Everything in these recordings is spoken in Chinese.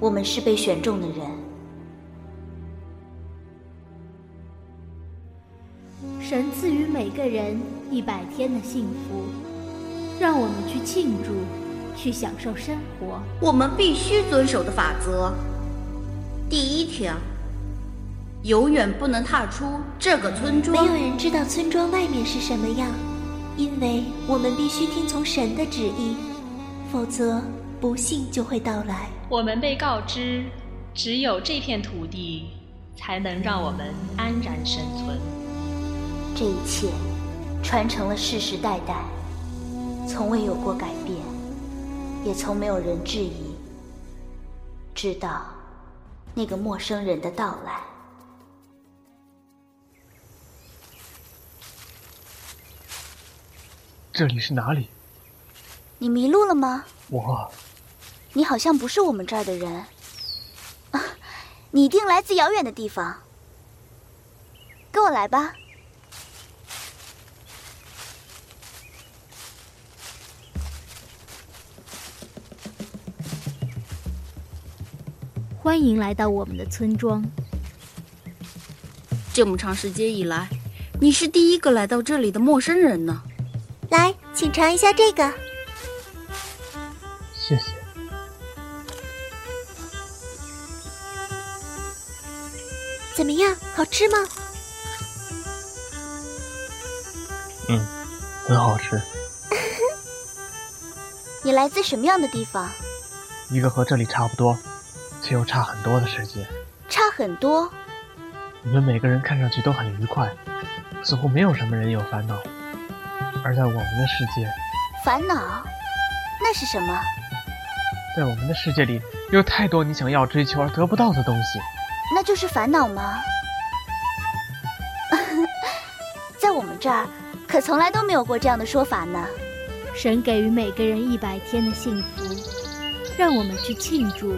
我们是被选中的人。神赐予每个人一百天的幸福，让我们去庆祝，去享受生活。我们必须遵守的法则：第一条，永远不能踏出这个村庄。没有人知道村庄外面是什么样，因为我们必须听从神的旨意，否则不幸就会到来。我们被告知，只有这片土地才能让我们安然生存。这一切传承了世世代代，从未有过改变，也从没有人质疑，直到那个陌生人的到来。这里是哪里？你迷路了吗？我，你好像不是我们这儿的人，啊，你一定来自遥远的地方。跟我来吧。欢迎来到我们的村庄。这么长时间以来，你是第一个来到这里的陌生人呢。来，请尝一下这个。谢谢。怎么样，好吃吗？嗯，很好吃。你来自什么样的地方？一个和这里差不多。却又差很多的世界，差很多。你们每个人看上去都很愉快，似乎没有什么人有烦恼。而在我们的世界，烦恼那是什么？在我们的世界里，有太多你想要追求而得不到的东西。那就是烦恼吗？ 在我们这儿，可从来都没有过这样的说法呢。神给予每个人一百天的幸福，让我们去庆祝。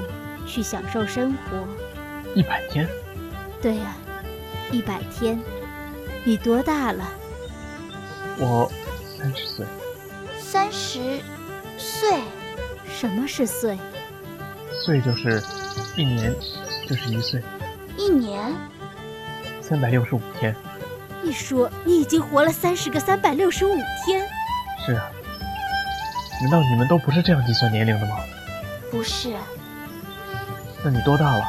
去享受生活，一百天。对呀、啊，一百天。你多大了？我三十岁。三十岁？什么是岁？岁就是一年，就是一岁。一年？三百六十五天。一说你已经活了三十个三百六十五天。是啊。难道你们都不是这样计算年龄的吗？不是。那你多大了？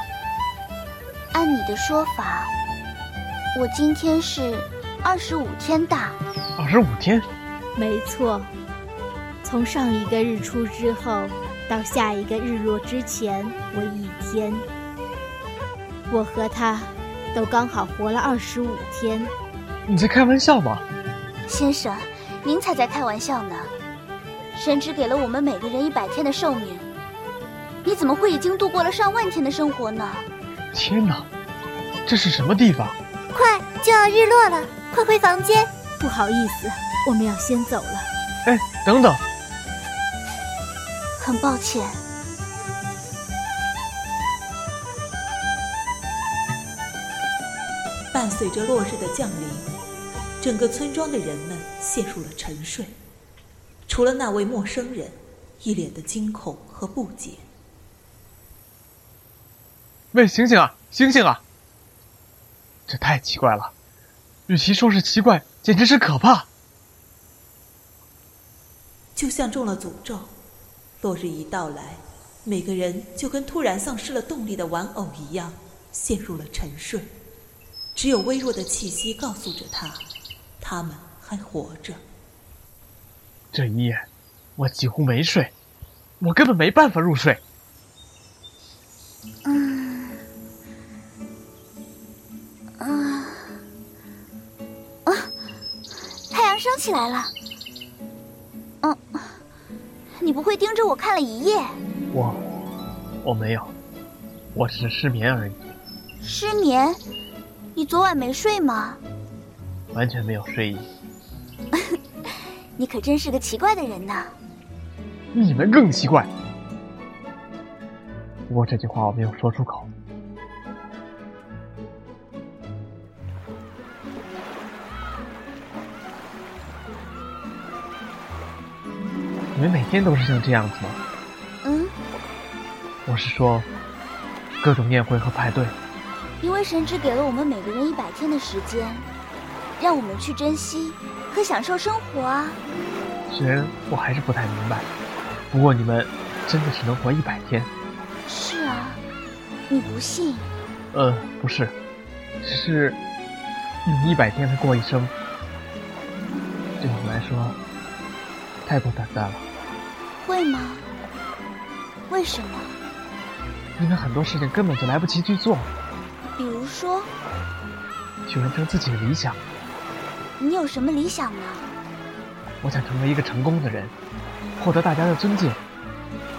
按你的说法，我今天是二十五天大。二十五天？没错，从上一个日出之后到下一个日落之前为一天，我和他都刚好活了二十五天。你在开玩笑吗？先生，您才在开玩笑呢。神只给了我们每个人一百天的寿命。你怎么会已经度过了上万天的生活呢？天哪，这是什么地方？快就要日落了，快回房间！不好意思，我们要先走了。哎，等等！很抱歉。伴随着落日的降临，整个村庄的人们陷入了沉睡，除了那位陌生人，一脸的惊恐和不解。喂，醒醒啊，醒醒啊！这太奇怪了，与其说是奇怪，简直是可怕。就像中了诅咒，落日一到来，每个人就跟突然丧失了动力的玩偶一样，陷入了沉睡。只有微弱的气息告诉着他，他们还活着。这一夜，我几乎没睡，我根本没办法入睡。嗯。啊啊！太阳升起来了。嗯，你不会盯着我看了一夜？我我没有，我只是失眠而已。失眠？你昨晚没睡吗？完全没有睡意。你可真是个奇怪的人呐！你们更奇怪。不过这句话我没有说出口。你们每天都是像这样子吗？嗯，我是说，各种宴会和派对。因为神只给了我们每个人一百天的时间，让我们去珍惜和享受生活啊！虽然我还是不太明白，不过你们真的只能活一百天？是啊，你不信？呃，不是，只是用一百天来过一生，对我来说太过短暂了。会吗？为什么？因为很多事情根本就来不及去做，比如说，去完成自己的理想。你有什么理想吗？我想成为一个成功的人，获得大家的尊敬。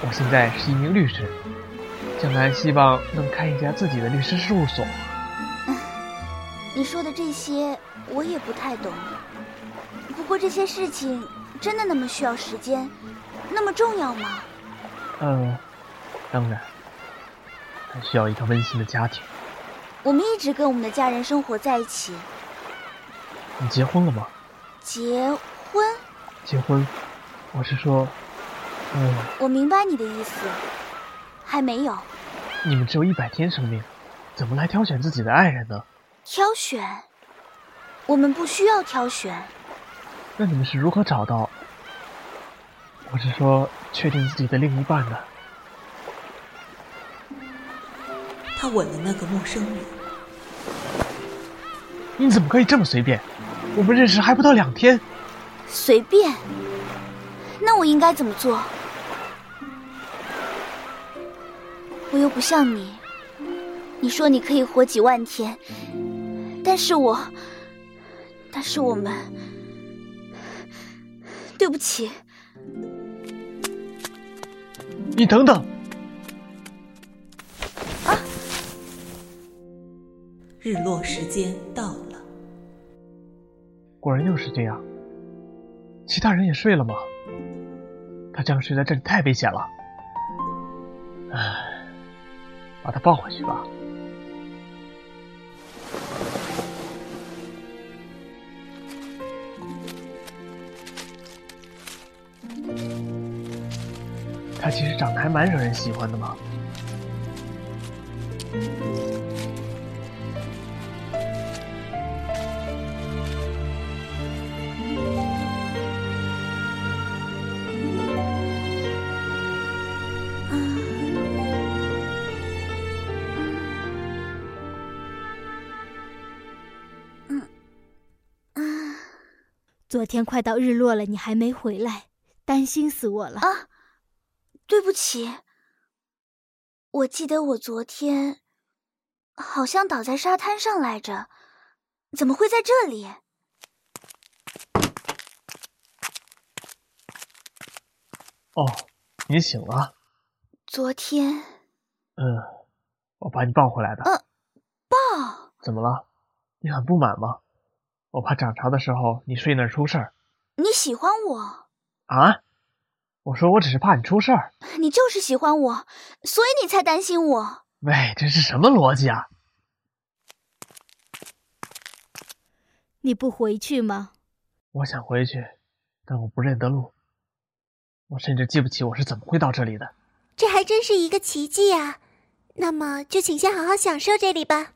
我现在是一名律师，将来希望能开一家自己的律师事务所。你说的这些我也不太懂。不过这些事情真的那么需要时间，那么重要吗？呃，当然，还需要一个温馨的家庭。我们一直跟我们的家人生活在一起，你结婚了吗？结婚。结婚，我是说，嗯，我明白你的意思，还没有你们只有一百天生命，怎么来挑选自己的爱人呢？挑选。我们不需要挑选，那你们是如何找到？我是说，确定自己的另一半的。他吻了那个陌生人，你怎么可以这么随便？我们认识还不到两天，随便。那我应该怎么做？我又不像你，你说你可以活几万天，但是我，但是我们，对不起，你等等，日落时间到了。果然又是这样。其他人也睡了吗？他这样睡在这里太危险了。唉，把他抱回去吧。他其实长得还蛮惹人喜欢的嘛。昨天快到日落了，你还没回来，担心死我了。对不起。我记得我昨天好像倒在沙滩上来着，怎么会在这里？哦，你醒了。昨天嗯，我把你抱回来的。呃抱？怎么了？你很不满吗？我怕涨潮的时候你睡那儿出事儿你喜欢我，啊！我说我只是怕你出事儿。你就是喜欢我，所以你才担心我。喂，这是什么逻辑啊？你不回去吗？我想回去，但我不认得路，我甚至记不起我是怎么会到这里的。这还真是一个奇迹啊！那么就请先好好享受这里吧。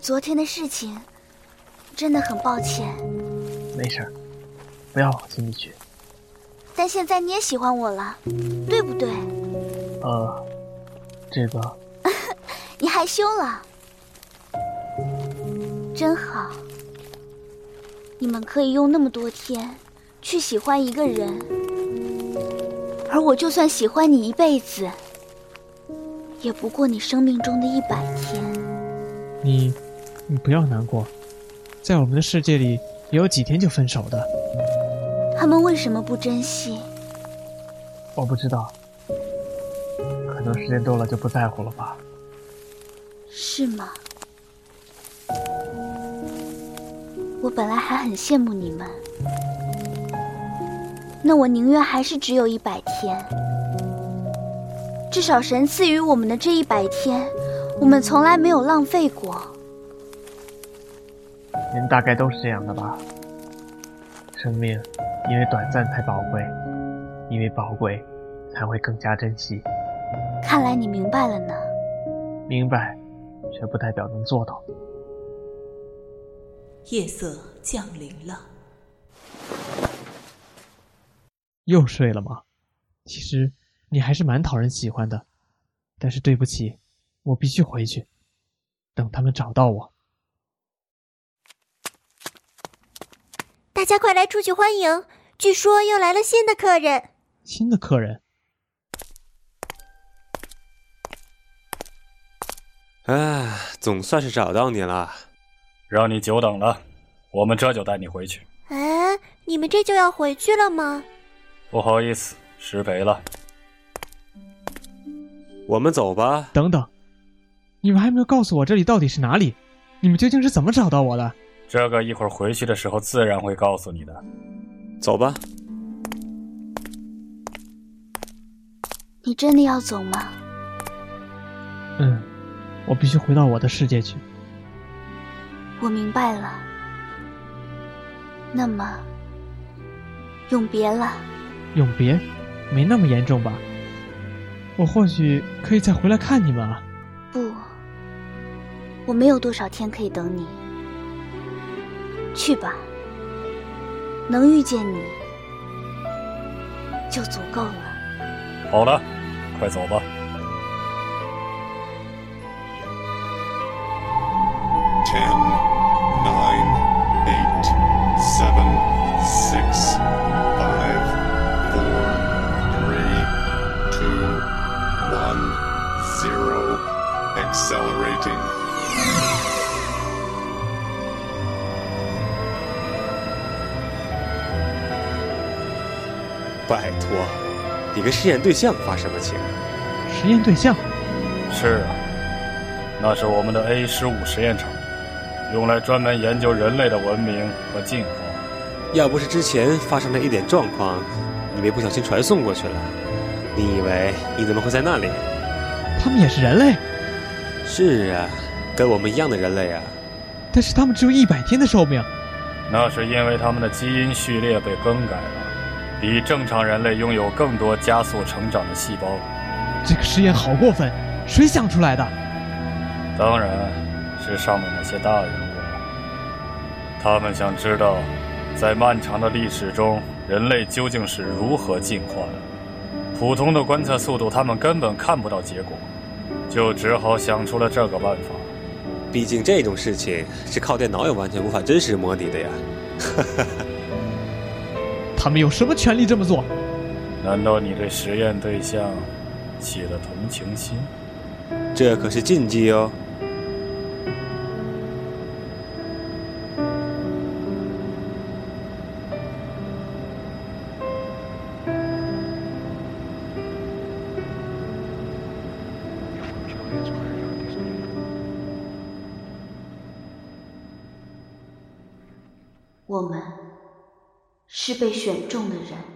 昨天的事情真的很抱歉，没事儿，不要往心里去。但现在你也喜欢我了，对不对？呃，这个你害羞了，真好。你们可以用那么多天去喜欢一个人，而我就算喜欢你一辈子，也不过你生命中的一百天。你，你不要难过，在我们的世界里，也有几天就分手的。他们为什么不珍惜？我不知道，可能时间多了就不在乎了吧。是吗？我本来还很羡慕你们，那我宁愿还是只有一百天。至少神赐予我们的这一百天，我们从来没有浪费过。你们大概都是这样的吧？生命因为短暂才宝贵，因为宝贵，才会更加珍惜。看来你明白了呢。明白，却不代表能做到。夜色降临了，又睡了吗？其实你还是蛮讨人喜欢的，但是对不起，我必须回去，等他们找到我。大家快来出去欢迎！据说又来了新的客人。新的客人，哎，总算是找到你了。让你久等了，我们这就带你回去。哎，你们这就要回去了吗？不好意思，失陪了。我们走吧。等等，你们还没有告诉我这里到底是哪里？你们究竟是怎么找到我的？这个一会儿回去的时候自然会告诉你的。走吧，你真的要走吗？嗯，我必须回到我的世界去。我明白了。那么，永别了。永别，没那么严重吧？我或许可以再回来看你们啊。不，我没有多少天可以等你。去吧，能遇见你就足够了。好了，快走吧。 Ten, nine, eight, seven, six, five, four, three, two, one, zero. Accelerating. 拜托，你跟试验对象发什么情？实验对象，是啊，那是我们的 A 十五实验场，用来专门研究人类的文明和进化。要不是之前发生了一点状况，你被不小心传送过去了，你以为你怎么会在那里？他们也是人类，是啊，跟我们一样的人类啊。但是他们只有一百天的寿命。那是因为他们的基因序列被更改了，比正常人类拥有更多加速成长的细胞。这个实验好过分，谁想出来的？当然是上面那些大人物了。他们想知道，在漫长的历史中，人类究竟是如何进化的。普通的观测速度，他们根本看不到结果，就只好想出了这个办法。毕竟这种事情是靠电脑也完全无法真实模拟的呀。他们有什么权利这么做？难道你对实验对象起了同情心？这可是禁忌哦。我们是被选中的人。